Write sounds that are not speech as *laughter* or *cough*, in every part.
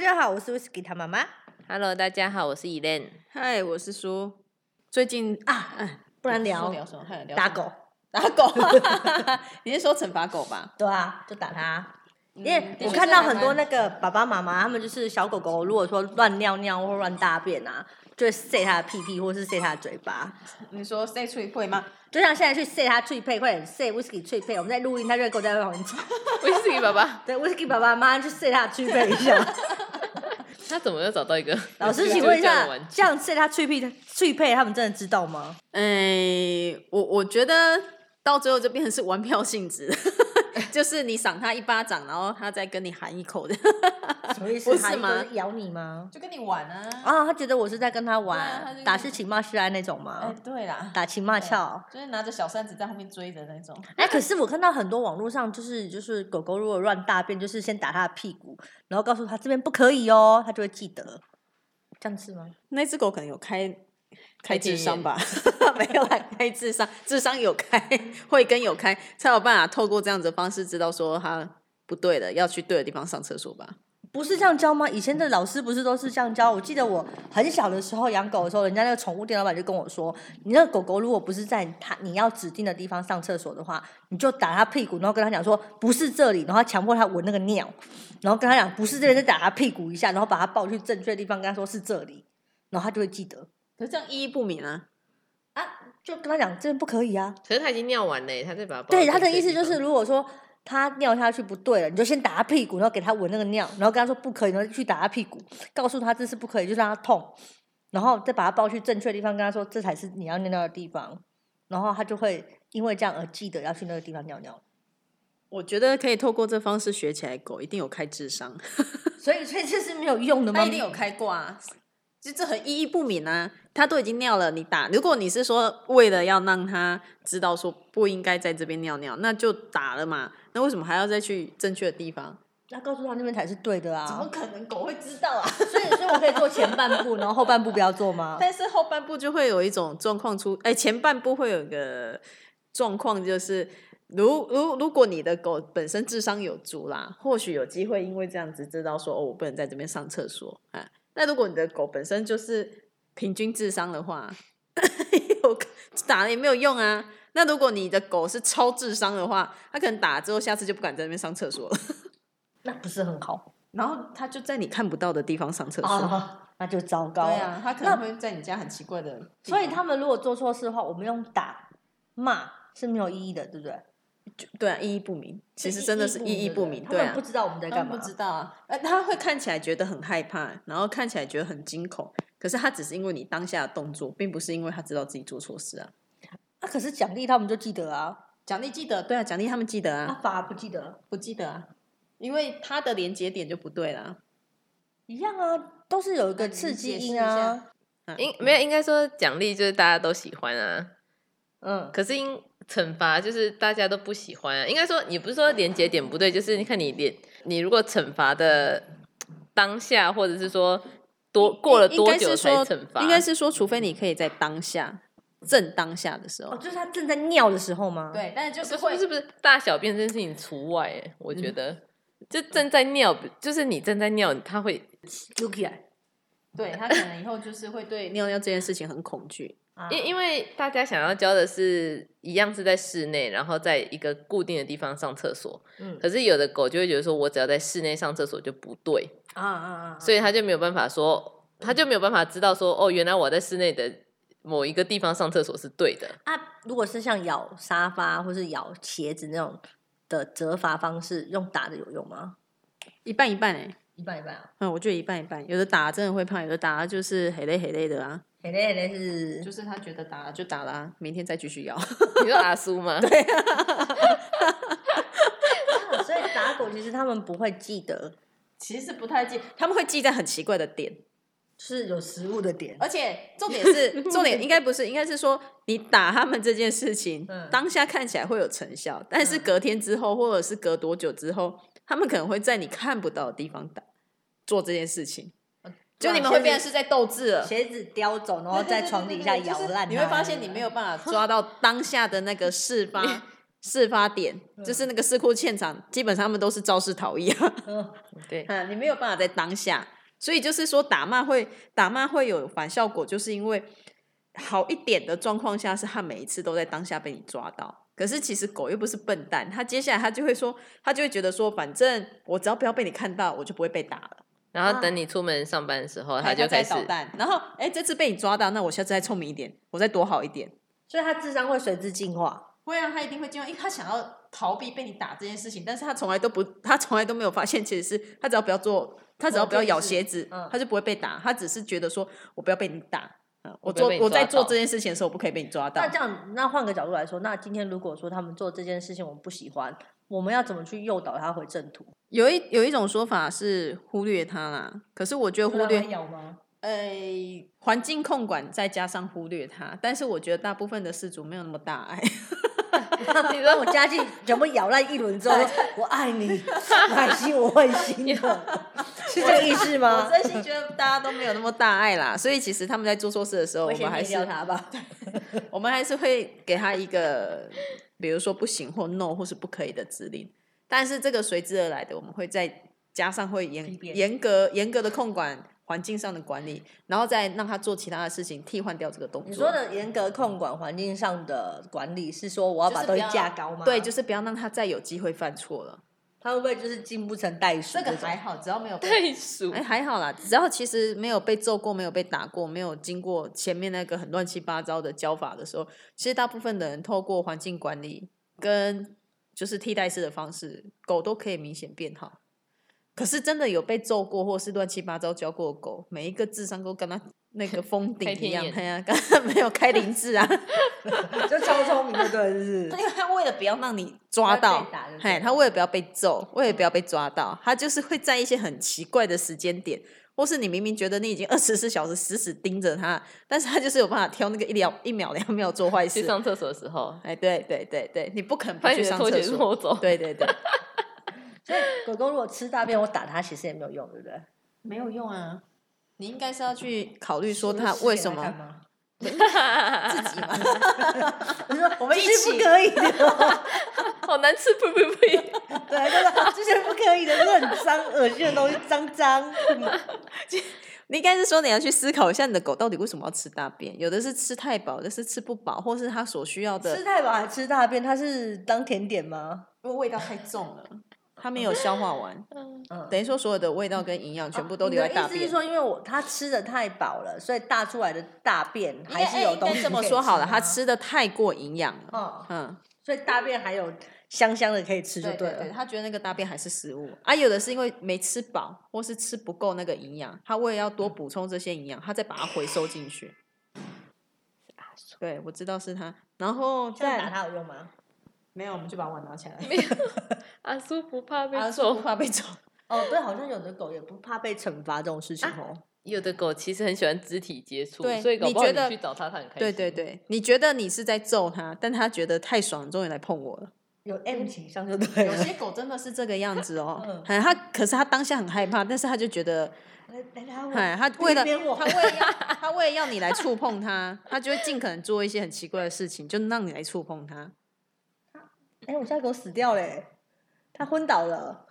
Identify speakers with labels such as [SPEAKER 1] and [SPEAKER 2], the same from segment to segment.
[SPEAKER 1] 家好，我是 Whisky 他妈妈。
[SPEAKER 2] Hello，大家好，我是 Elen。
[SPEAKER 3] 嗨，我是苏。最近啊，哎
[SPEAKER 1] 不然聊
[SPEAKER 3] 聊什么？嗨聊
[SPEAKER 1] 打
[SPEAKER 3] 什么
[SPEAKER 1] 狗，
[SPEAKER 3] 打狗。 *laughs* 你是说惩罚狗吧？
[SPEAKER 1] 对啊，就打它。因为
[SPEAKER 3] 嗯
[SPEAKER 1] 我
[SPEAKER 3] 的确
[SPEAKER 1] 看
[SPEAKER 3] 是
[SPEAKER 1] 到
[SPEAKER 3] 还
[SPEAKER 1] 很多
[SPEAKER 3] 蛮
[SPEAKER 1] 那个爸爸妈妈，他们就是小狗狗，如果说乱尿尿或乱大便啊，就会塞它的屁屁或是塞它的嘴巴。
[SPEAKER 3] 你说 say 出会吗？
[SPEAKER 1] 就像现在去塞它脆配，快点塞 Whisky 脆配，我们在录音，它就会跟我在旁 *laughs* 边吵。
[SPEAKER 2] 我是你爸爸，
[SPEAKER 1] 对，Whisky 爸爸妈妈去塞它脆配一 *laughs* 下。
[SPEAKER 2] 他怎么又找到 *laughs* 一个？
[SPEAKER 1] 老师，请问一
[SPEAKER 2] 就是这样的
[SPEAKER 1] 下
[SPEAKER 2] 玩，具
[SPEAKER 1] 这样塞它脆配脆配，他们真的知道吗？
[SPEAKER 3] 哎，我我觉得到最后就变成是玩票性质， *laughs* 就是你赏他一巴掌，然后他再跟你含一口的，
[SPEAKER 1] 什么意
[SPEAKER 3] 不是
[SPEAKER 1] 它
[SPEAKER 3] 吗
[SPEAKER 1] 咬你吗？
[SPEAKER 3] 就跟你玩啊。
[SPEAKER 1] *laughs* 啊，他觉得我是在跟他玩，
[SPEAKER 3] 对啊他就
[SPEAKER 1] 打
[SPEAKER 3] 跟
[SPEAKER 1] 是
[SPEAKER 3] 你
[SPEAKER 1] 情骂是爱那种吗？
[SPEAKER 3] 哎对啦，
[SPEAKER 1] 打情骂俏。
[SPEAKER 3] 就是拿着小扇子在后面追的那种。
[SPEAKER 1] 哎、可是我看到很多网络上，就是就是狗狗如果乱大便，就是先打它的屁股，然后告诉它这边不可以哦，它就会记得。这样是吗？
[SPEAKER 3] 那只狗可能有开开
[SPEAKER 2] 天
[SPEAKER 3] 智商
[SPEAKER 2] 眼
[SPEAKER 3] 吧， *laughs* 没有啦，开智商，智商有开，慧根有开，才有办法透过这样子的方式知道说它不对了，要去对的地方上厕所吧。
[SPEAKER 1] 不是这样教吗？以前的老师不是都是这样教？我记得我很小的时候养狗的时候，人家那个宠物店老板就跟我说，你那个狗狗如果不是在它你要指定的地方上厕所的话，你就打它屁股，然后跟它讲说不是这里，然后强迫它闻那个尿，然后跟它讲不是这边，再打它屁股一下，然后把它抱去正确的地方，跟它说是这里，然后它就会记得
[SPEAKER 3] 可是这样意义不明啊。
[SPEAKER 1] 啊，就跟它讲这边不可以啊。
[SPEAKER 2] 可是他已经尿完了，他再把它抱
[SPEAKER 1] 对，
[SPEAKER 3] 呃
[SPEAKER 2] 到
[SPEAKER 1] 他的
[SPEAKER 2] 正确
[SPEAKER 1] 意思就
[SPEAKER 2] 地
[SPEAKER 1] 是，
[SPEAKER 2] 方，
[SPEAKER 1] 如果说他尿下去不对了，你就先打他屁股，然后给他闻那个尿，然后跟他说不可以，然后去打他屁股，告诉他这是不可以，就让他痛，然后再把他抱去正确的地方，跟他说这才是你要尿尿的地方，然后他就会因为这样而记得要去那个地方
[SPEAKER 3] *laughs*
[SPEAKER 1] 尿尿。
[SPEAKER 3] 我觉得可以透过这方式学起来，狗一定有开智商，
[SPEAKER 1] 所以，所以这是没有用的吗？
[SPEAKER 3] 它一定有开挂、啊，就这很意义不明啊。它都已经尿了，你打。如果你是说为了要让它知道说不应该在这边尿尿，那就打了嘛。那为什么还要再去正确的地方？
[SPEAKER 1] 那告诉他那边才是对的啊。
[SPEAKER 3] 可能狗会知道啊？
[SPEAKER 1] *laughs* 所以，所以我可以做前半部，然后后半部不要做
[SPEAKER 3] *laughs*
[SPEAKER 1] 吗？
[SPEAKER 3] 但是后半部就会有一种状况出，哎、前半部会有一个状况，就是如如如果你的狗本身智商有足啦，或许有机会因为这样子知道说，哦，我不能在这边上厕所啊。那如果你的狗本身就是平均智商的话， *laughs* 有打了也没有用啊。那如果你的狗是超智商的话，它可能打了之后，下次就不敢在那边上厕所了。
[SPEAKER 1] 那不是很好
[SPEAKER 3] 然后它就在你看不到的地方上厕所。
[SPEAKER 1] 啊， *laughs* 那就糟糕了。
[SPEAKER 3] 哦啊，它
[SPEAKER 1] 可能
[SPEAKER 3] 会在你家很奇怪的。
[SPEAKER 1] 所以他们如果做错事的话，我们用打骂是没有意义的，对不对？
[SPEAKER 3] 对啊，意义不明，其实真的是意义不明，
[SPEAKER 1] 他
[SPEAKER 3] 对
[SPEAKER 1] 们
[SPEAKER 3] 啊
[SPEAKER 1] 不，知道我们在
[SPEAKER 3] 他
[SPEAKER 1] 干
[SPEAKER 3] 们
[SPEAKER 1] 嘛
[SPEAKER 3] 不。知道啊，呃，他会看起来觉得很害怕，然后看起来觉得很惊恐，可是他只是因为你当下的动作，并不是因为他知道自己做错事啊。
[SPEAKER 1] 啊，可是奖励他们就记得啊，
[SPEAKER 3] 奖励记得，对啊，奖励他们记得
[SPEAKER 1] 啊
[SPEAKER 3] 啊，
[SPEAKER 1] 罚不记得，
[SPEAKER 3] 不记得啊，因为他的连接点就不对啦。
[SPEAKER 1] 一样啊，都是有一个
[SPEAKER 3] 那你
[SPEAKER 1] 刺激
[SPEAKER 3] 解释
[SPEAKER 1] 因
[SPEAKER 3] 一下
[SPEAKER 1] 啊。
[SPEAKER 3] 啊
[SPEAKER 2] 应没有应该说奖励就是大家都喜欢啊，
[SPEAKER 1] 嗯，
[SPEAKER 2] 可是因惩罚就是大家都不喜欢啊。应该说也不是说连接点不对，就是你看你连你如果惩罚的当下，或者是说多过了多久才惩罚，
[SPEAKER 3] 应该是说，除非你可以在当下正当下的时
[SPEAKER 1] 哦，
[SPEAKER 3] 候，
[SPEAKER 1] 就是他正在尿的时候吗？，
[SPEAKER 3] 对，但是就
[SPEAKER 2] 不是不是不是大小便这件事情除外欸，我觉得、
[SPEAKER 1] 嗯
[SPEAKER 2] 就正在尿，就是你正在尿，他会
[SPEAKER 1] 揪起来。
[SPEAKER 3] 对他可能以后就是会对尿尿这件事情很恐惧。
[SPEAKER 1] 啊
[SPEAKER 2] 因因为大家想要教的是一样是在室内，然后在一个固定的地方上厕所。
[SPEAKER 1] 嗯
[SPEAKER 2] 可是有的狗就会觉得说，我只要在室内上厕所就不对，
[SPEAKER 1] 啊啊啊，
[SPEAKER 3] 嗯
[SPEAKER 2] 所以它就没有办法说，它就没有办法知道说，哦，原来我在室内的某一个地方上厕所是对的。 *laughs*
[SPEAKER 1] 啊，如果是像咬沙发或是咬鞋子那种的责罚方式，用打的有用吗？
[SPEAKER 3] 一半一半哎、
[SPEAKER 1] 一半一半啊，
[SPEAKER 3] 嗯，我觉得一半一半，有的打真的会怕，有的打就是很累很累的啊。
[SPEAKER 1] 嘿嘞嘿嘞是
[SPEAKER 3] 是他觉得打了就打啦、明天再继续咬。
[SPEAKER 2] 你说阿苏吗？
[SPEAKER 1] 啊所以打狗其实他们不会记得，
[SPEAKER 3] *laughs* 其实不太记，他们会记在很奇怪的点，
[SPEAKER 1] 是有食物的点。
[SPEAKER 3] 而且重点是重点应该不是，应该是说你打他们这件事情，
[SPEAKER 1] 嗯
[SPEAKER 3] 当下看起来会有成效，但是
[SPEAKER 1] 嗯
[SPEAKER 3] 隔天之后或者是隔多久之后，他们可能会在你看不到的地方打做这件事情，就你嗯啊们会变成是在斗智了。
[SPEAKER 1] 鞋子叼走，然后在床底下咬烂它。啊
[SPEAKER 3] 你会发现你没有办法抓到当下的那个事发事发点，就是那个事故现场，基本上他们都是肇事逃逸啊，
[SPEAKER 1] 嗯，
[SPEAKER 2] 对，
[SPEAKER 3] 你没有办法在当下所以就是说打骂会打骂会有反效果，就是因为好一点的状况下是它每一次都在当下被你抓到，可是其实狗又不是笨蛋，它接下来它就会说，它就会觉得说，反正我只要不要被你看到，我就不会被打了。
[SPEAKER 2] 然
[SPEAKER 3] 嗯
[SPEAKER 2] 后等你出门上班的时候，
[SPEAKER 3] 哎
[SPEAKER 2] 就
[SPEAKER 3] 在
[SPEAKER 2] 开始
[SPEAKER 3] 捣蛋，然后哎，这次被你抓到，那我下次再聪明一点，我再多好一点。
[SPEAKER 1] 所以它智商会随之进化。
[SPEAKER 3] 会啊，他一定会进入，因为他想要逃避被你打这件事情，但是他从来都不，他从来都没有发现，其实是他只要不要做，他只要不要咬鞋子，
[SPEAKER 1] 嗯
[SPEAKER 3] 他就不会被打，他只是觉得说我不要被你打，嗯我
[SPEAKER 2] 不要
[SPEAKER 3] 做
[SPEAKER 2] 被你
[SPEAKER 3] 我在
[SPEAKER 2] 抓到
[SPEAKER 3] 做这件事情的时候，我不可以被你抓到
[SPEAKER 1] 那。这样，那换个角度来说，那今天如果说他们做这件事情我们不喜欢，我们要怎么去诱导他回正途？
[SPEAKER 3] 有一有一种说法是忽略他啦，可是我觉得忽
[SPEAKER 1] 就让
[SPEAKER 3] 略
[SPEAKER 1] 它咬吗？
[SPEAKER 3] 呃环境控管再加上忽略他，但是我觉得大部分的事主没有那么大爱。
[SPEAKER 1] *laughs* 你让我加进全部咬烂一轮之后，我爱你，开心我会心的， *laughs* 是这个意思
[SPEAKER 3] 我
[SPEAKER 1] 吗？
[SPEAKER 3] 真 *laughs* 心觉得大家都没有那么大爱啦，所以其实他们在做错事的时候，我
[SPEAKER 1] 我先
[SPEAKER 3] 们还
[SPEAKER 1] 灭
[SPEAKER 3] 是
[SPEAKER 1] 掉他吧。
[SPEAKER 3] 我们还是会给他一个，比如说不行或 no 或是不可以的指令，但是这个随之而来的，我们会再加上会
[SPEAKER 1] 批
[SPEAKER 3] 严
[SPEAKER 1] 评
[SPEAKER 3] 严格严格的控管环境上的管理，然后再让他做其他的事情，替换掉这个动作。
[SPEAKER 1] 你说的严格控管环境上的管理，是说我要把东西架高吗？
[SPEAKER 3] 对，就是不要让他再有机会犯错了。
[SPEAKER 1] 他会不会就是进不成袋鼠？种
[SPEAKER 3] 好，只要没有
[SPEAKER 2] 袋鼠
[SPEAKER 3] 哎、，还好啦，只要其实没有被揍过，没有被打过，没有经过前面那个很乱七八糟的教法的时候，其实大部分的人透过环境管理跟就是替代式的方式，狗都可以明显变好。可是真的有被揍过或是乱七八糟教过的狗，每一个智商都跟它那 *laughs* 个封顶
[SPEAKER 2] 开
[SPEAKER 3] 一
[SPEAKER 2] 天
[SPEAKER 3] 样，
[SPEAKER 2] 眼
[SPEAKER 3] 哎呀，跟它没有开灵智啊，
[SPEAKER 1] *laughs* 就超聪明的，对，是
[SPEAKER 3] *laughs*
[SPEAKER 1] 不
[SPEAKER 3] 因
[SPEAKER 1] 是？
[SPEAKER 3] 为它为了不要让你抓到
[SPEAKER 1] 不要被打就，对
[SPEAKER 3] 嘿，
[SPEAKER 1] 了
[SPEAKER 3] 它为了不要被揍，为了不要被抓到，它就是会在一些很奇怪的时间点，或是你明明觉得你已经二十四小时死死盯着它，但是它就是有办法挑那个一秒、一秒、两 *laughs* 秒做坏
[SPEAKER 2] 去
[SPEAKER 3] 事。
[SPEAKER 2] 上厕所的时候，
[SPEAKER 3] 哎，对对对对，你不肯不
[SPEAKER 2] 把
[SPEAKER 3] 去
[SPEAKER 2] 你的
[SPEAKER 3] 上
[SPEAKER 2] 拖
[SPEAKER 3] 厕
[SPEAKER 2] 鞋
[SPEAKER 3] 所，
[SPEAKER 2] 拖走。
[SPEAKER 3] *laughs* 对对对，
[SPEAKER 1] 所以狗狗如果吃大便，我打它其实也没有用，对不对？
[SPEAKER 3] 没有用啊。你应该是要去考虑说
[SPEAKER 1] 他
[SPEAKER 3] 它为什么？
[SPEAKER 2] 自己嘛，
[SPEAKER 1] 我说我们
[SPEAKER 3] 一
[SPEAKER 1] 是
[SPEAKER 3] 起
[SPEAKER 1] 不可以的，
[SPEAKER 2] *laughs*
[SPEAKER 1] *laughs*
[SPEAKER 2] 好难吃，呸呸呸！
[SPEAKER 1] 对，就是这些不可以的，这是很脏、恶心的东西，脏 *laughs* 脏。
[SPEAKER 3] *laughs* 你应该是说你要去思考一下你的狗到底为什么要吃大便，有的是吃太饱，有的是吃不饱，或是它所需要的
[SPEAKER 1] 吃太饱还吃大便，它是当甜点吗？
[SPEAKER 3] 因为味道太重了， *laughs* 它没有消化完，
[SPEAKER 1] *laughs* 嗯，
[SPEAKER 3] 等于说所有的味道跟营养全部都留在大
[SPEAKER 1] 你的意思
[SPEAKER 3] 便。
[SPEAKER 1] 是说，因为我它吃的太饱了，所以大出来的大便
[SPEAKER 3] 应该
[SPEAKER 1] 还是有
[SPEAKER 3] 应
[SPEAKER 1] 东
[SPEAKER 3] 该
[SPEAKER 1] 西。
[SPEAKER 3] 哎这么说好了，它，吃的太过营养了。
[SPEAKER 1] 嗯，
[SPEAKER 3] 嗯，
[SPEAKER 1] 所以大便还有香香的可以吃就了。
[SPEAKER 3] 他觉得那个大便还是食物啊，有的是因为没吃饱，或是吃不够那个营养，他为了要多补充这些营养，他再把它回收进去。对，我知道是它。然后
[SPEAKER 1] 这样打
[SPEAKER 3] 再
[SPEAKER 1] 它有用吗？
[SPEAKER 3] 没有，我们就把碗拿起来。
[SPEAKER 2] 阿叔不怕被
[SPEAKER 3] 啊，说不
[SPEAKER 2] 揍。
[SPEAKER 3] 怕被揍。
[SPEAKER 1] *laughs* 哦，对，好像有的狗也不怕被惩罚这种事情哦。
[SPEAKER 2] 有的狗其实很喜欢肢体接触
[SPEAKER 3] 对，
[SPEAKER 2] 所以搞不
[SPEAKER 3] 你
[SPEAKER 2] 好
[SPEAKER 3] 觉得
[SPEAKER 2] 你去找它，它很开心。
[SPEAKER 3] 对对，对，你觉得你是在揍它，但它觉得太爽，终于来碰我了。
[SPEAKER 1] 嗯有 M 倾向就对
[SPEAKER 3] 有
[SPEAKER 1] 了。
[SPEAKER 3] 些狗真的是这个样子 *laughs* 哦
[SPEAKER 1] 嗯，
[SPEAKER 3] 哎，它可是它当下很害怕，但是它就觉得，
[SPEAKER 1] 来来来，
[SPEAKER 3] 哎，
[SPEAKER 1] 我
[SPEAKER 3] 它为了
[SPEAKER 1] 别编我
[SPEAKER 3] 它为了要 *laughs* 它为了要你来触碰它，它就会尽可能做一些很奇怪的事情，就让你来触碰它。
[SPEAKER 1] 哎，我家狗死掉嘞，它昏倒 *laughs* 了。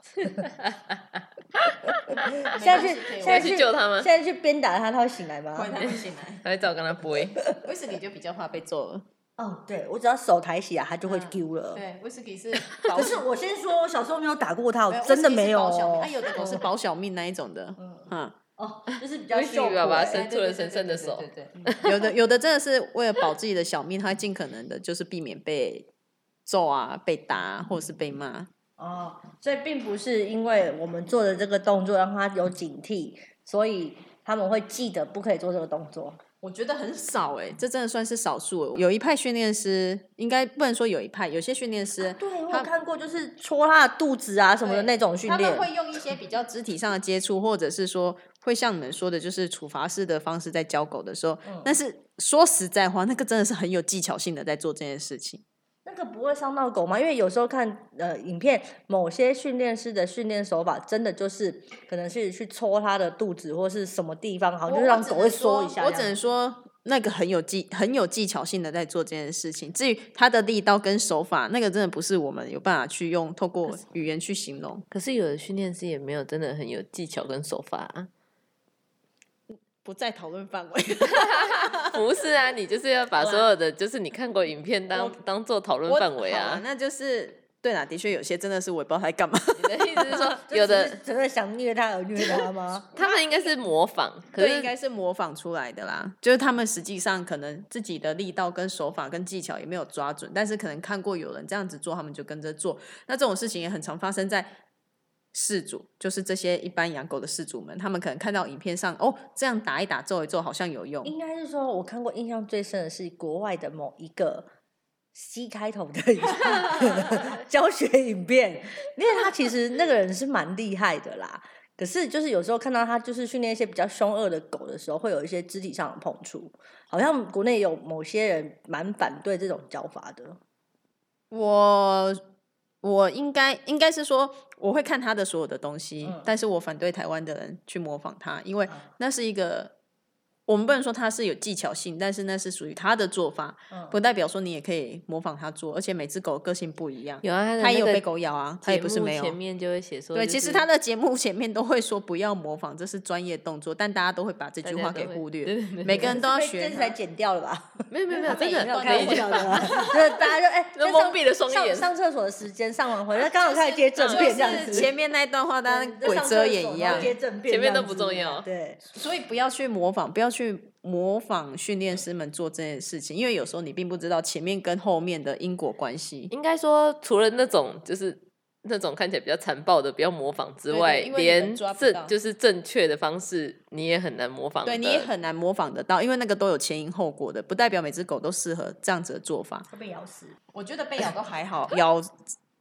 [SPEAKER 1] 现在去，现在
[SPEAKER 2] 我去救它吗
[SPEAKER 1] 现在去鞭打它，它会醒来吗？
[SPEAKER 3] 它会醒来，
[SPEAKER 2] 它会找跟它背。
[SPEAKER 3] *laughs* 威士忌就比较怕被揍了。
[SPEAKER 1] 哦，对，我只要手抬起来，它就会
[SPEAKER 3] 嗯
[SPEAKER 1] 丢了。
[SPEAKER 3] 对，威士忌 *laughs* 是
[SPEAKER 1] 可是我先说，我小时候没有打过它，我
[SPEAKER 3] 哦没有
[SPEAKER 1] 真的
[SPEAKER 3] 威士忌是
[SPEAKER 1] 没有
[SPEAKER 3] 保小命
[SPEAKER 1] 哦
[SPEAKER 3] 啊，。有的狗是保小命那一种的，
[SPEAKER 1] 嗯
[SPEAKER 3] 嗯，
[SPEAKER 1] 哦，就是比较
[SPEAKER 2] 威士忌
[SPEAKER 1] 秀
[SPEAKER 2] 吧
[SPEAKER 1] 婆
[SPEAKER 2] 把它
[SPEAKER 1] 欸
[SPEAKER 2] 伸出了神圣的手
[SPEAKER 3] 对对对对对嗯对对 *laughs* 有的有的真的是为了保自己的小命，它会尽可能的就是避免被揍啊、被打啊或者是被骂。
[SPEAKER 1] 哦，所以并不是因为我们做的这个动作让它有警惕，所以他们会记得不可以做这个动作。
[SPEAKER 3] 我觉得很少哎、这真的算是少数欸。有一派训练师，应该不能说有一派，有些训练师
[SPEAKER 1] 对，我
[SPEAKER 3] 他
[SPEAKER 1] 有看过，就是戳它的肚子啊什么的
[SPEAKER 3] 对
[SPEAKER 1] 那种训
[SPEAKER 3] 他们
[SPEAKER 1] 练。
[SPEAKER 3] 会用一些比较肢体上的接触，或者是说会像你们说的，就是处罚式的方式在教狗的时候。但是说实在话，那个真的是很有技巧性的在做这件事情。
[SPEAKER 1] 那个不会伤到狗吗？因为有时候看呃影片，某些训练师的训练手法真的就是可能是去戳它的肚子或是什么地方，好像就是让狗会缩一下这样。
[SPEAKER 3] 我只
[SPEAKER 1] *laughs*
[SPEAKER 3] 能说。那个很有技很有技巧性的在做这件事情，至于它的力道跟手法，那个真的不是我们有办法去用透过语言去形容。
[SPEAKER 2] 可是有的训练师也没有真的很有技巧跟手法啊，
[SPEAKER 3] 不在讨论范围。
[SPEAKER 2] *laughs* 不是啊，你就是要把所有的就是你看过影片当当做讨论
[SPEAKER 3] 我
[SPEAKER 2] 范围
[SPEAKER 3] 好
[SPEAKER 2] *laughs* 啊。
[SPEAKER 3] 那就是对啦，的确有些真的是我也不知道他在干嘛。
[SPEAKER 2] 你的意思是说，
[SPEAKER 1] 就
[SPEAKER 2] 有
[SPEAKER 1] 只
[SPEAKER 2] 的
[SPEAKER 1] 是真的想虐他而虐他吗？
[SPEAKER 2] 他们应该是模仿， *laughs* 可
[SPEAKER 3] 对，应
[SPEAKER 2] 是
[SPEAKER 3] 该是模仿出来的啦。就是他们实际上可能自己的力道、跟手法、跟技巧也没有抓准，但是可能看过有人这样子做，他们就跟着做。那这种事情也很常发生在事主，就是这些一般养狗的事主们，他们可能看到影片上哦，这样打一打、揍一揍好像有用。
[SPEAKER 1] 应该是说，我看过印象最深的是国外的某一个 C 开头的一个教学影片，因为他其实那个人是蛮厉害的啦。可是就是有时候看到他就是训练一些比较凶恶的狗的时候，会有一些肢体上的碰触，好像国内有某些人蛮反对这种教法的。
[SPEAKER 3] 我我应该应该是说，我会看他的所有的东西，
[SPEAKER 1] 嗯
[SPEAKER 3] 但是我反对台湾的人去模仿他，因为那是一个。我们不能说他是有技巧性，但是那是属于他的做法，
[SPEAKER 1] 嗯
[SPEAKER 3] 不代表说你也可以模仿他做，而且每只狗个性不一样，
[SPEAKER 2] 有啊，
[SPEAKER 3] 它
[SPEAKER 2] 他
[SPEAKER 3] 也有被狗咬啊，它也不是没有。
[SPEAKER 2] 前面就会写说，
[SPEAKER 3] 对，其实他的节目前面都会说不要模仿，这是专业动作，但大家都会把这句话给忽略。每个人都要学
[SPEAKER 1] 这次才
[SPEAKER 3] 它
[SPEAKER 1] 剪掉了吧？
[SPEAKER 2] 没有没有没有，真
[SPEAKER 1] 没有
[SPEAKER 2] 的
[SPEAKER 1] 开玩笑的啦，就是大家就
[SPEAKER 3] *laughs*
[SPEAKER 1] 哎，
[SPEAKER 2] 都
[SPEAKER 1] 就
[SPEAKER 2] 蒙
[SPEAKER 1] 上
[SPEAKER 2] 蔽了双眼
[SPEAKER 1] 上上厕所的时间，上完回来刚好开始接正
[SPEAKER 3] 啊就
[SPEAKER 1] 片这样
[SPEAKER 3] 是
[SPEAKER 1] 子，
[SPEAKER 3] 前面那一段话，当然
[SPEAKER 1] 嗯就
[SPEAKER 3] 鬼
[SPEAKER 1] 上
[SPEAKER 3] 遮
[SPEAKER 1] 厕
[SPEAKER 3] 眼
[SPEAKER 1] 所
[SPEAKER 3] 一
[SPEAKER 1] 然后
[SPEAKER 3] 样，
[SPEAKER 1] 接正片
[SPEAKER 2] 前面
[SPEAKER 1] 这样
[SPEAKER 2] 都不
[SPEAKER 1] 子
[SPEAKER 2] 重要
[SPEAKER 1] 对，
[SPEAKER 3] 所以不要去模仿，不要去模仿训练师们做这件事情，因为有时候你并不知道前面跟后面的因果关系。
[SPEAKER 2] 应该说，除了那种就是那种看起来比较残暴的，不要模仿之
[SPEAKER 3] 对
[SPEAKER 2] 外，
[SPEAKER 3] 对因为你们
[SPEAKER 2] 连
[SPEAKER 3] 抓不到
[SPEAKER 2] 正就是正确的方式，你也很难模仿的。
[SPEAKER 3] 对你也很难模仿得到，因为那个都有前因后果的，不代表每只狗都适合这样子的做法。
[SPEAKER 1] 会被咬死。
[SPEAKER 3] 我觉得被咬都还好， *laughs* 咬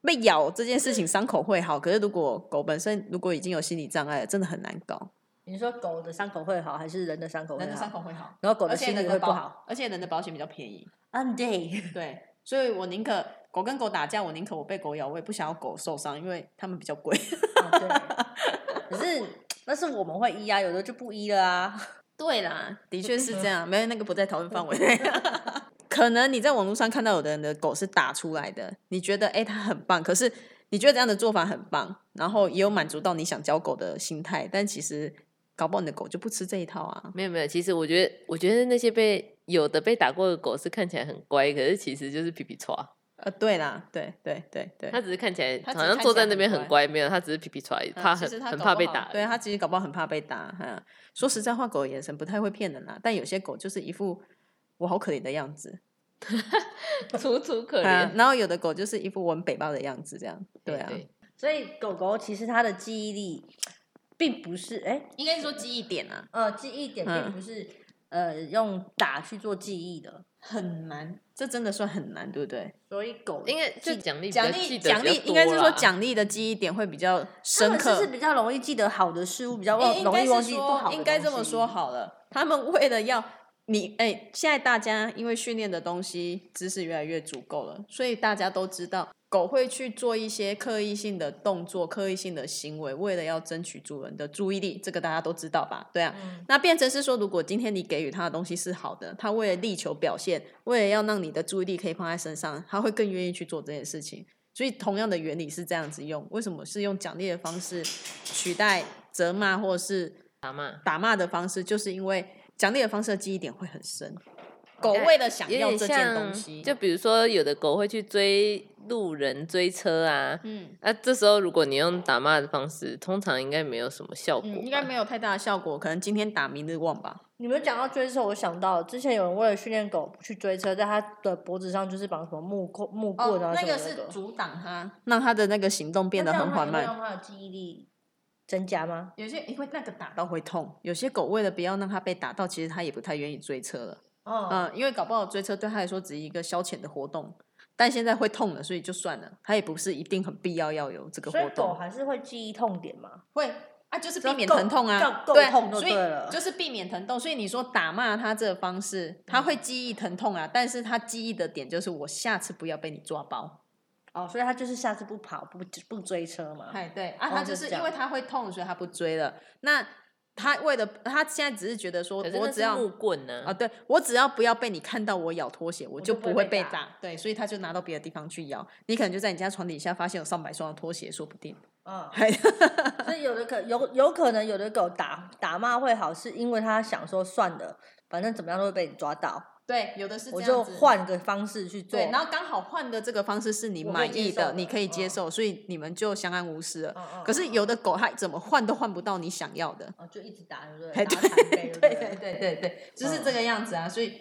[SPEAKER 3] 被咬这件事情伤口会好，可是如果狗本身如果已经有心理障碍了，真的很难搞。
[SPEAKER 1] 你说狗的伤口会好，还是人的伤口会好？
[SPEAKER 3] 口会好，
[SPEAKER 1] 然后狗的心理会不好。，
[SPEAKER 3] 啊而且人的保险比较便宜。
[SPEAKER 1] 嗯， *laughs* 对，
[SPEAKER 3] 对，所以我宁可狗跟狗打架，我宁可我被狗咬，我也不想要狗受伤，因为它们比较贵。
[SPEAKER 1] 啊对。可是那是我们会医啊，有的就不医了啊。
[SPEAKER 3] 对啦，的确 *laughs* 是这样，没有那个不在讨论范围内。 *laughs* 可能你在网络上看到有的人的狗是打出来的，你觉得哎、诶它很棒，可是你觉得这样的做法很棒，然后也有满足到你想教狗的心态，但其实搞不好你的狗就不吃这一套啊。
[SPEAKER 2] 没有没有，其实我觉得，我觉得那些被有的被打过的狗是看起来很乖，可是其实就是皮皮抓，
[SPEAKER 3] 呃，对啦，对对对对，
[SPEAKER 2] 它只是看起来
[SPEAKER 3] 它只是
[SPEAKER 2] 好像坐在那边
[SPEAKER 3] 看
[SPEAKER 2] 很
[SPEAKER 3] 起
[SPEAKER 2] 乖，没有，它只是皮皮抓而已，
[SPEAKER 3] 嗯
[SPEAKER 2] 它
[SPEAKER 3] 其
[SPEAKER 2] 很
[SPEAKER 3] 实
[SPEAKER 2] 很
[SPEAKER 3] 搞
[SPEAKER 2] 怕
[SPEAKER 3] 不
[SPEAKER 2] 被
[SPEAKER 3] 好
[SPEAKER 2] 打。
[SPEAKER 3] 对他啊其实搞不好很怕被打。嗯，说实在话，狗的眼神不太会骗人啦，但有些狗就是一副我好可怜的样子，
[SPEAKER 2] *laughs* 楚楚可
[SPEAKER 3] 嗯
[SPEAKER 2] 怜。
[SPEAKER 3] 然后有的狗就是一副我很北巴的样子，这样对啊，
[SPEAKER 1] 所以狗狗其实它的记忆力并不是，哎，
[SPEAKER 3] 应该是说记忆点啊，
[SPEAKER 1] 呃，记忆点并
[SPEAKER 3] 嗯
[SPEAKER 1] 不是、呃用打去做记忆的，
[SPEAKER 3] 很难，这真的算很难，对不对？
[SPEAKER 1] 所以狗
[SPEAKER 2] 应该就奖励比较
[SPEAKER 3] 奖
[SPEAKER 2] 记
[SPEAKER 3] 励
[SPEAKER 2] 得比
[SPEAKER 3] 奖励
[SPEAKER 2] 较
[SPEAKER 3] 应该
[SPEAKER 2] 多
[SPEAKER 3] 是说
[SPEAKER 2] 啦
[SPEAKER 3] 奖励的记忆点会比较
[SPEAKER 1] 它
[SPEAKER 3] 深
[SPEAKER 1] 们
[SPEAKER 3] 刻，
[SPEAKER 1] 是比较容易记得好的事物，比较忘
[SPEAKER 3] 应
[SPEAKER 1] 容
[SPEAKER 3] 该
[SPEAKER 1] 易
[SPEAKER 3] 是
[SPEAKER 1] 忘记不
[SPEAKER 3] 说
[SPEAKER 1] 好的
[SPEAKER 3] 应该这
[SPEAKER 1] 东
[SPEAKER 3] 么
[SPEAKER 1] 西
[SPEAKER 3] 说好了，他们为了要你，哎、现在大家因为训练的东西知识越来越足够了，所以大家都知道狗会去做一些刻意性的动作、刻意性的行为，为了要争取主人的注意力，这个大家都知道吧？对啊，
[SPEAKER 1] 嗯
[SPEAKER 3] 那变成是说，如果今天你给予他的东西是好的，他为了力求表现，为了要让你的注意力可以放在身上，他会更愿意去做这件事情。所以同样的原理是这样子用，为什么是用奖励的方式取代责骂或是
[SPEAKER 2] 打骂。
[SPEAKER 3] 打骂的方式，就是因为奖励的方式的记忆点会很深。狗
[SPEAKER 2] 对
[SPEAKER 3] 为了想
[SPEAKER 2] 有
[SPEAKER 3] 要
[SPEAKER 2] 点
[SPEAKER 3] 这件
[SPEAKER 2] 像，
[SPEAKER 3] 东西，
[SPEAKER 2] 就比如说有的狗会去追路人、追车啊，
[SPEAKER 3] 嗯
[SPEAKER 2] 那、这时候如果你用打骂的方式，通常应该没有什么效果吧、
[SPEAKER 3] 嗯，应该没有太大的效果，可能今天打明日忘吧。
[SPEAKER 1] 你们讲到追车，我想到之前有人为了训练狗不去追车，在它的脖子上就是绑什么木棍、木棍
[SPEAKER 3] 哦
[SPEAKER 1] 啊什么的、
[SPEAKER 3] 阻挡它，让它的那个行动变得很缓
[SPEAKER 1] 那这
[SPEAKER 3] 慢。
[SPEAKER 1] 样它有没有让它的记忆力增加吗？
[SPEAKER 3] 有些因为那个打到会痛，有些狗为了不要让它被打到，其实它也不太愿意追车了。
[SPEAKER 1] 哦，
[SPEAKER 3] 嗯，因为搞不好追车对他来说只是一个消遣的活动，但现在会痛了，所以就算了，他也不是一定很必要要有这个
[SPEAKER 1] 所以
[SPEAKER 3] 活
[SPEAKER 1] 狗
[SPEAKER 3] 动。
[SPEAKER 1] 还是会记忆痛点嘛？
[SPEAKER 3] 会啊，就是
[SPEAKER 1] 只要
[SPEAKER 3] 避免
[SPEAKER 1] 够
[SPEAKER 3] 疼痛啊，
[SPEAKER 1] 够够
[SPEAKER 3] 对啊
[SPEAKER 1] 痛就
[SPEAKER 3] 所以
[SPEAKER 1] 对了
[SPEAKER 3] 就是避免疼痛。所以你说打骂他这个方式，他会记忆疼痛啊，但是他记忆的点就是我下次不要被你抓包。
[SPEAKER 1] 哦，所以它就是下次不跑、不不追车嘛。
[SPEAKER 3] 哎，对啊，
[SPEAKER 1] 哦
[SPEAKER 3] 他就
[SPEAKER 1] 就
[SPEAKER 3] 是是因
[SPEAKER 1] 这样
[SPEAKER 3] 为他会痛，所以他不追了。那他为了他现在只是觉得说，
[SPEAKER 2] 可是
[SPEAKER 3] 我
[SPEAKER 2] 那
[SPEAKER 3] 只
[SPEAKER 2] 是
[SPEAKER 3] 要
[SPEAKER 2] 木棍呢、
[SPEAKER 1] 哦
[SPEAKER 3] 啊，对我只要不要被你看到我咬拖鞋，我
[SPEAKER 1] 就
[SPEAKER 3] 就
[SPEAKER 1] 不会
[SPEAKER 3] 不会
[SPEAKER 1] 被
[SPEAKER 3] 被
[SPEAKER 1] 打
[SPEAKER 3] 打。对，所以他就拿到别的地方去咬，你可能就在你家床底下发现有上百双的拖鞋，说不定。 *laughs*
[SPEAKER 1] 嗯，
[SPEAKER 3] 还
[SPEAKER 1] 所以有的可有有可能有的狗打打骂会好，是因为它想说算了，反正怎么样都会被你抓到，
[SPEAKER 3] 对，有的是
[SPEAKER 1] 我
[SPEAKER 3] 这样
[SPEAKER 1] 就
[SPEAKER 3] 子
[SPEAKER 1] 换个方式去做。
[SPEAKER 3] 对，然后刚好换的这个方式是你
[SPEAKER 1] 我可以
[SPEAKER 3] 满意
[SPEAKER 1] 接受
[SPEAKER 3] 的，
[SPEAKER 1] 的
[SPEAKER 3] 你可以接
[SPEAKER 1] 嗯
[SPEAKER 3] 受，所以你们就相安无事了。
[SPEAKER 1] 嗯嗯
[SPEAKER 3] 可是
[SPEAKER 1] 嗯
[SPEAKER 3] 有的狗它怎么换都换不到你想要的。
[SPEAKER 1] 哦，就一直打，对不
[SPEAKER 3] 哎
[SPEAKER 1] 对？打残
[SPEAKER 3] 对
[SPEAKER 1] 废，不
[SPEAKER 3] 对对对对，就是
[SPEAKER 1] 嗯
[SPEAKER 3] 这个样子啊。所以，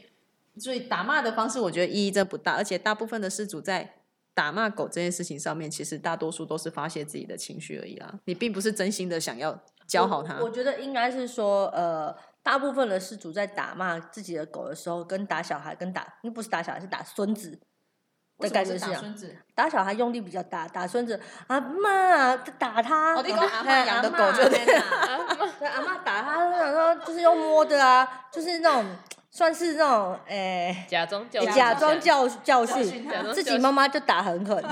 [SPEAKER 3] 所以打骂的方式，我觉得意义真不大。而且，大部分的事主在打骂狗这件事情上面，其实大多数都是发泄自己的情绪而已啦。你并不是真心的想要教好它
[SPEAKER 1] 我。我觉得应该是说，呃，大部分的事主在打骂自己的狗的时候，跟打小孩、跟打，因为不是打小孩，是打孙子的感觉是一样。
[SPEAKER 3] 子，
[SPEAKER 1] 打小孩用力比较大，打孙子啊妈打他，
[SPEAKER 3] 哦你讲阿嬷
[SPEAKER 1] 哎
[SPEAKER 3] 养的
[SPEAKER 1] 阿嬷
[SPEAKER 3] 狗就
[SPEAKER 1] 对 *laughs* 啦，对阿妈打他，然后就是用摸的啊，就是那种算是那种哎、
[SPEAKER 2] 假装教
[SPEAKER 1] 也
[SPEAKER 2] 育
[SPEAKER 1] 假
[SPEAKER 2] 一
[SPEAKER 1] 装
[SPEAKER 2] 下
[SPEAKER 1] 教教
[SPEAKER 3] 教训
[SPEAKER 1] 训
[SPEAKER 3] 他假
[SPEAKER 2] 装，
[SPEAKER 1] 自
[SPEAKER 2] 教
[SPEAKER 1] 己
[SPEAKER 2] 训
[SPEAKER 1] 妈妈就打很狠，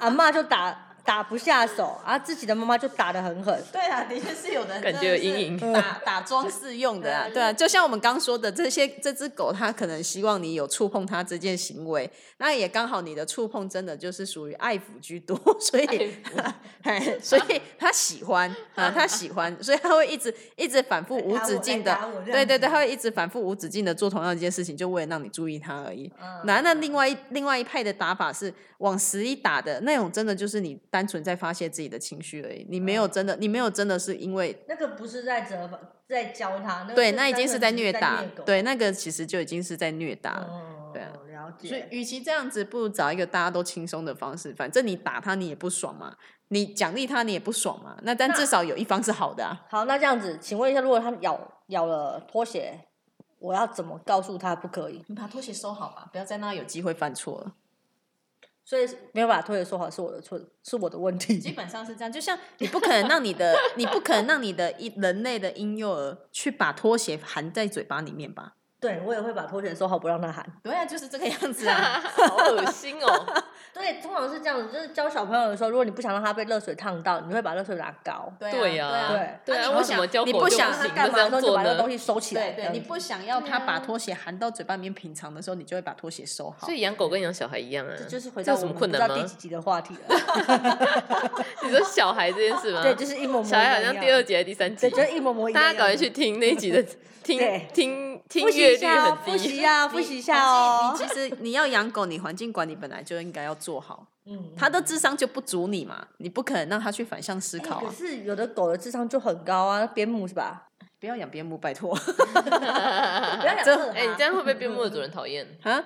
[SPEAKER 1] 阿妈就打打不下手，啊自己的妈妈就打的很狠，
[SPEAKER 3] *laughs* 对啊，的确是有的人
[SPEAKER 2] 感觉有阴影
[SPEAKER 3] 真的是打打装饰用的啊，对啊，就像我们刚说的，这些这只狗它可能希望你有触碰它这件行为，那也刚好你的触碰真的就是属于爱抚居多， *laughs* 所以， *laughs* 哎，所以它喜欢啊，它喜欢，所以它会一直一直反复无止境的
[SPEAKER 1] 来打我来打我，这样
[SPEAKER 3] 对对
[SPEAKER 1] 子
[SPEAKER 3] 对，它会一直反复无止境的做同样一件事情，就为了让你注意它而已。
[SPEAKER 1] 嗯
[SPEAKER 3] 那那另外一另外一派的打法是往死里打的那种，真的就是你单纯在发泄自己的情绪而已，你没有真的，你没有真的是因为
[SPEAKER 1] 那个不是在责罚，在教他，那个
[SPEAKER 3] 对，
[SPEAKER 1] 是
[SPEAKER 3] 那已经是在
[SPEAKER 1] 单纯
[SPEAKER 3] 虐打
[SPEAKER 1] 狗，
[SPEAKER 3] 对，那个其实就已经是在虐打了。
[SPEAKER 1] 哦，
[SPEAKER 3] 对啊
[SPEAKER 1] 了
[SPEAKER 3] 所以
[SPEAKER 1] 解，，
[SPEAKER 3] 与其这样子，不如找一个大家都轻松的方式。反正你打他，你也不爽嘛；你奖励他，你也不爽嘛。那但
[SPEAKER 1] 那
[SPEAKER 3] 至少有一方是好的啊。
[SPEAKER 1] 好，那这样子，请问一下，如果他咬咬了拖鞋，我要怎么告诉他不可以？
[SPEAKER 3] 你把拖鞋收好吧，不要再让他有机会犯错了。
[SPEAKER 1] 所以没有把拖鞋说好是我的错，是我的问
[SPEAKER 3] 基
[SPEAKER 1] 题。 *laughs*
[SPEAKER 3] 本上是这样，就像你不可能让你的，你不可能让你的一人类的婴幼儿去把拖鞋含在嘴巴里面吧？
[SPEAKER 1] 对我也会把拖鞋收好，不让他喊。
[SPEAKER 3] 对啊，就是这个样子 *laughs* 啊。
[SPEAKER 2] *laughs* 好恶心
[SPEAKER 1] *laughs*
[SPEAKER 2] 哦！
[SPEAKER 1] 对，通常是这样子，就是教小朋友的时候，如果你不想让他被热水烫到，你会把热水拿高。
[SPEAKER 3] 对
[SPEAKER 2] 对呀、
[SPEAKER 1] 对
[SPEAKER 2] 对
[SPEAKER 3] 啊
[SPEAKER 2] 啊，
[SPEAKER 3] 你不
[SPEAKER 2] 为什么
[SPEAKER 3] 想
[SPEAKER 2] 教
[SPEAKER 3] 你
[SPEAKER 2] 狗
[SPEAKER 3] 不
[SPEAKER 2] 就
[SPEAKER 3] 想
[SPEAKER 2] 不
[SPEAKER 1] 他
[SPEAKER 2] 行？
[SPEAKER 1] 干
[SPEAKER 2] 就
[SPEAKER 1] 嘛的
[SPEAKER 2] 这
[SPEAKER 1] 时
[SPEAKER 2] 样
[SPEAKER 1] 候，你就
[SPEAKER 2] 做
[SPEAKER 1] 把那个
[SPEAKER 2] 呢
[SPEAKER 1] 东？西收起来。
[SPEAKER 3] 对对，你
[SPEAKER 1] 嗯
[SPEAKER 3] 不想要他
[SPEAKER 2] 对啊
[SPEAKER 3] 把拖鞋含到嘴巴里面品尝的时候，你就会把拖鞋收好
[SPEAKER 2] 所。以养狗跟养小孩一样啊，
[SPEAKER 1] 这就是回
[SPEAKER 2] 这
[SPEAKER 1] 到
[SPEAKER 2] 有
[SPEAKER 1] 我
[SPEAKER 2] 什么
[SPEAKER 1] 们不
[SPEAKER 2] 困
[SPEAKER 1] 知
[SPEAKER 2] 难
[SPEAKER 1] 道第
[SPEAKER 2] 吗
[SPEAKER 1] 几？集的话题了。 *laughs*
[SPEAKER 2] 你说小孩这件事吗？
[SPEAKER 1] 对，就是一模模一
[SPEAKER 2] 嗯小
[SPEAKER 1] 样。
[SPEAKER 2] 孩好像第二集还是第三集
[SPEAKER 1] 对，，就是一模模一样。
[SPEAKER 2] 大家赶快去听那一集的，听
[SPEAKER 1] 对
[SPEAKER 2] 听听
[SPEAKER 1] 复习
[SPEAKER 2] 阅
[SPEAKER 1] 一
[SPEAKER 2] 率
[SPEAKER 1] 下哦，复
[SPEAKER 2] 很
[SPEAKER 1] 习
[SPEAKER 2] 低。
[SPEAKER 1] 啊，复习一下哦。
[SPEAKER 3] 你其 *laughs* 实你要养狗，你环境管理本来就应该要做好。
[SPEAKER 1] 嗯，
[SPEAKER 3] 它的智商就不足你嘛，你不可能让它去反向思
[SPEAKER 1] 哎
[SPEAKER 3] 考
[SPEAKER 1] 可
[SPEAKER 3] 啊！
[SPEAKER 1] 是有的狗的智商就很高啊，边牧是吧？
[SPEAKER 3] 不要养边牧，拜托
[SPEAKER 1] 不要
[SPEAKER 2] *laughs* 哎、
[SPEAKER 1] 养
[SPEAKER 3] 这
[SPEAKER 1] 二
[SPEAKER 2] 你这样会被边牧的主人讨厌？
[SPEAKER 3] 啊！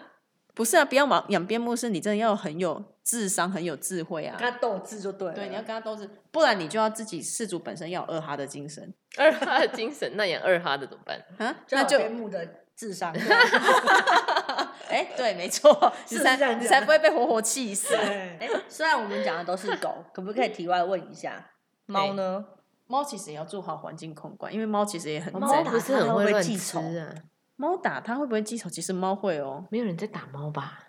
[SPEAKER 3] 不是啊，不要养养边牧，是你真的要很有智商、很有智慧啊
[SPEAKER 1] 跟！它斗智就对了。
[SPEAKER 3] 对，你要跟它斗智，不然你就要自己事主本身要有二哈的精神
[SPEAKER 2] 二哈的精神，那养二哈的怎么办？
[SPEAKER 3] 啊，那
[SPEAKER 1] 那
[SPEAKER 3] 就
[SPEAKER 1] 就边牧的智 *laughs* 商。
[SPEAKER 3] 哎、对，没
[SPEAKER 1] *laughs*
[SPEAKER 3] 错，你
[SPEAKER 1] 是不是这
[SPEAKER 3] 才
[SPEAKER 1] 样
[SPEAKER 3] 你
[SPEAKER 1] 讲
[SPEAKER 3] 才不会被活活气死。
[SPEAKER 1] 哎，虽然我们讲的都是 *laughs* 狗，可不可以题外问一下，猫呢？
[SPEAKER 3] 猫其实也要做好环境控管，因为猫其实也
[SPEAKER 2] 哎
[SPEAKER 3] 很
[SPEAKER 1] 猫
[SPEAKER 3] 宅
[SPEAKER 1] 打不是很会乱吃啊？
[SPEAKER 3] 猫打它会不会记仇？其实猫会哦，
[SPEAKER 2] 没有人在打猫吧？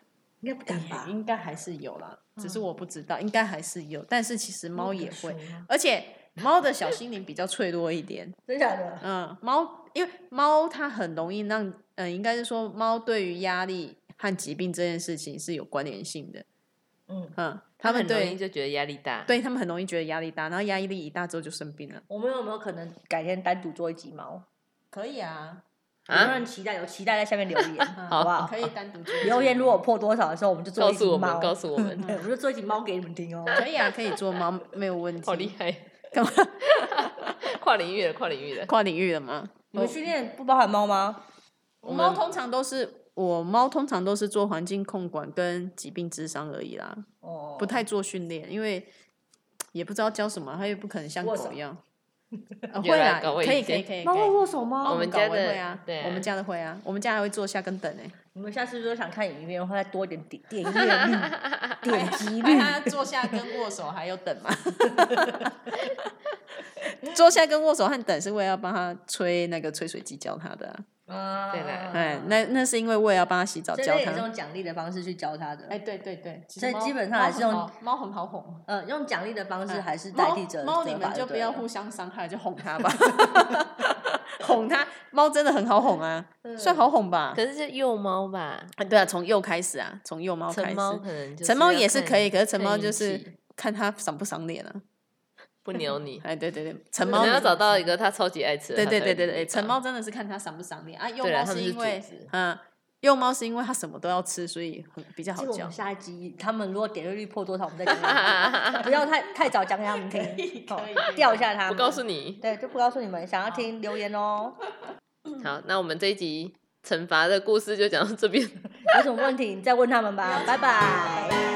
[SPEAKER 1] 应该不敢吧？嗯
[SPEAKER 3] 应该还是有啦，只是我不知道，应该还是有。但是其实猫也会，而且猫的小心灵比较脆弱一点。
[SPEAKER 1] 真假的？
[SPEAKER 3] 嗯，猫因为猫它很容易让，嗯、应该是说猫对于压力和疾病这件事情是有关联性的。
[SPEAKER 1] 嗯，
[SPEAKER 3] 嗯，
[SPEAKER 2] 他
[SPEAKER 3] 们
[SPEAKER 2] 们很容易
[SPEAKER 3] 对
[SPEAKER 2] 就觉得压力大。
[SPEAKER 3] 对他们很容易觉得压力大，然后压力一大之后就生病了。
[SPEAKER 1] 我们有没有可能改天单独做一集猫？
[SPEAKER 3] 可以啊，
[SPEAKER 1] 有没有
[SPEAKER 2] 啊，
[SPEAKER 1] 人期待？有期待在下面留 *laughs* 言，
[SPEAKER 2] 好
[SPEAKER 1] 不好？
[SPEAKER 3] 以单独
[SPEAKER 1] 留言如果破多少的时候，我们就做
[SPEAKER 2] 告
[SPEAKER 1] 一嗯集
[SPEAKER 2] 诉我们，
[SPEAKER 1] 猫。
[SPEAKER 2] 告诉我
[SPEAKER 3] 嗯
[SPEAKER 2] 们，
[SPEAKER 1] 哎对，我们就做一集猫给你
[SPEAKER 3] *laughs*
[SPEAKER 1] 们听哦。
[SPEAKER 3] 可以啊，可以做猫没有问题。
[SPEAKER 2] 好厉害！
[SPEAKER 3] 干嘛
[SPEAKER 2] *laughs* 跨领域的，跨领域的。
[SPEAKER 3] 跨领域了吗？
[SPEAKER 1] 你们训练不包含猫吗？
[SPEAKER 2] 我
[SPEAKER 3] 猫
[SPEAKER 2] 们
[SPEAKER 3] 通常都是我猫通常都是做环境控管跟疾病智商而已啦，
[SPEAKER 1] 哦，
[SPEAKER 3] 不太做训练，因为也不知道教什么，它又不可能像
[SPEAKER 1] 握
[SPEAKER 3] 狗
[SPEAKER 1] 手
[SPEAKER 3] 一样。啊
[SPEAKER 2] 有
[SPEAKER 3] 会
[SPEAKER 2] 啦
[SPEAKER 3] 啦，
[SPEAKER 2] 搞
[SPEAKER 3] 可
[SPEAKER 2] 卫
[SPEAKER 3] 以可
[SPEAKER 2] 生
[SPEAKER 3] 以可以。
[SPEAKER 1] 猫
[SPEAKER 3] 可
[SPEAKER 1] 会
[SPEAKER 3] 以
[SPEAKER 1] 握手吗？
[SPEAKER 2] 我们家
[SPEAKER 3] 搞卫会
[SPEAKER 2] 的
[SPEAKER 3] 啊，
[SPEAKER 2] 对啊
[SPEAKER 3] 我们家的会啊，我们家还会坐下跟等 *laughs* 哎、
[SPEAKER 1] 你们下次如果想看影片的话，再多一点点点阅
[SPEAKER 3] *laughs*
[SPEAKER 1] 率、点击率。
[SPEAKER 3] 坐下跟握手还有等吗？ *laughs* 坐下跟握手和等是为了要帮他吹那个吹水机教他的、啊，
[SPEAKER 1] 啊
[SPEAKER 2] 对啦
[SPEAKER 3] 哎、那那是因为为了要帮他洗澡
[SPEAKER 1] 所以
[SPEAKER 3] 教
[SPEAKER 1] 那也是
[SPEAKER 3] 他。
[SPEAKER 1] 用奖励的方式去教它的。
[SPEAKER 3] 哎对对对，
[SPEAKER 1] 实所以猫基本上还是猫很用好
[SPEAKER 3] 猫很好哄，
[SPEAKER 1] 呃，用奖励的方式
[SPEAKER 3] 嗯
[SPEAKER 1] 还是代替责
[SPEAKER 3] 猫，猫你
[SPEAKER 1] 责
[SPEAKER 3] 们
[SPEAKER 1] 罚
[SPEAKER 3] 就不
[SPEAKER 1] 对啊
[SPEAKER 3] 要
[SPEAKER 1] 了
[SPEAKER 3] 互相伤害，就哄它吧。 *laughs* 哄它，猫真的很好哄啊，
[SPEAKER 1] 嗯
[SPEAKER 3] 算好哄吧。
[SPEAKER 2] 可是是幼猫吧？
[SPEAKER 3] 啊对啊，从幼开始啊，从幼猫开
[SPEAKER 2] 成猫
[SPEAKER 3] 始。
[SPEAKER 2] 可能就是
[SPEAKER 3] 成猫
[SPEAKER 2] 要
[SPEAKER 3] 也是
[SPEAKER 2] 看
[SPEAKER 3] 可以，可是成猫
[SPEAKER 2] 看
[SPEAKER 3] 就
[SPEAKER 2] 运
[SPEAKER 3] 是
[SPEAKER 2] 气
[SPEAKER 3] 看它赏不赏脸啊。
[SPEAKER 2] 不鸟你。
[SPEAKER 3] 哎，对对对， *laughs* 成
[SPEAKER 2] 可
[SPEAKER 3] 猫
[SPEAKER 2] 能要找到一个它超级爱吃
[SPEAKER 3] 对
[SPEAKER 2] 的，它
[SPEAKER 3] 对
[SPEAKER 2] 才
[SPEAKER 3] 对
[SPEAKER 2] 会
[SPEAKER 3] 对
[SPEAKER 2] 理
[SPEAKER 3] 对，
[SPEAKER 2] 你
[SPEAKER 3] 成
[SPEAKER 2] 吧
[SPEAKER 3] 猫
[SPEAKER 2] *laughs*
[SPEAKER 3] 真的是看它赏不赏脸啊。幼
[SPEAKER 2] 对啦
[SPEAKER 3] 猫
[SPEAKER 2] 它们是
[SPEAKER 3] 因为
[SPEAKER 2] 主子
[SPEAKER 3] 嗯，幼猫是因为它什么都要吃，所以很比较好
[SPEAKER 1] 这个我
[SPEAKER 3] 教
[SPEAKER 1] 们。下一集他们如果点阅率破多少，我们再讲给他
[SPEAKER 3] *laughs*
[SPEAKER 1] 们听。不要太太早讲给他们听，好
[SPEAKER 3] 可以可以
[SPEAKER 1] 吊一下他
[SPEAKER 2] 不
[SPEAKER 1] 们。
[SPEAKER 2] 告诉你。
[SPEAKER 1] *laughs* 对，就不告诉你们，想要听留言哦。
[SPEAKER 2] 好，那我们这一集惩罚的故事就讲到这边。
[SPEAKER 1] 有什么问题你再问他们吧，拜拜。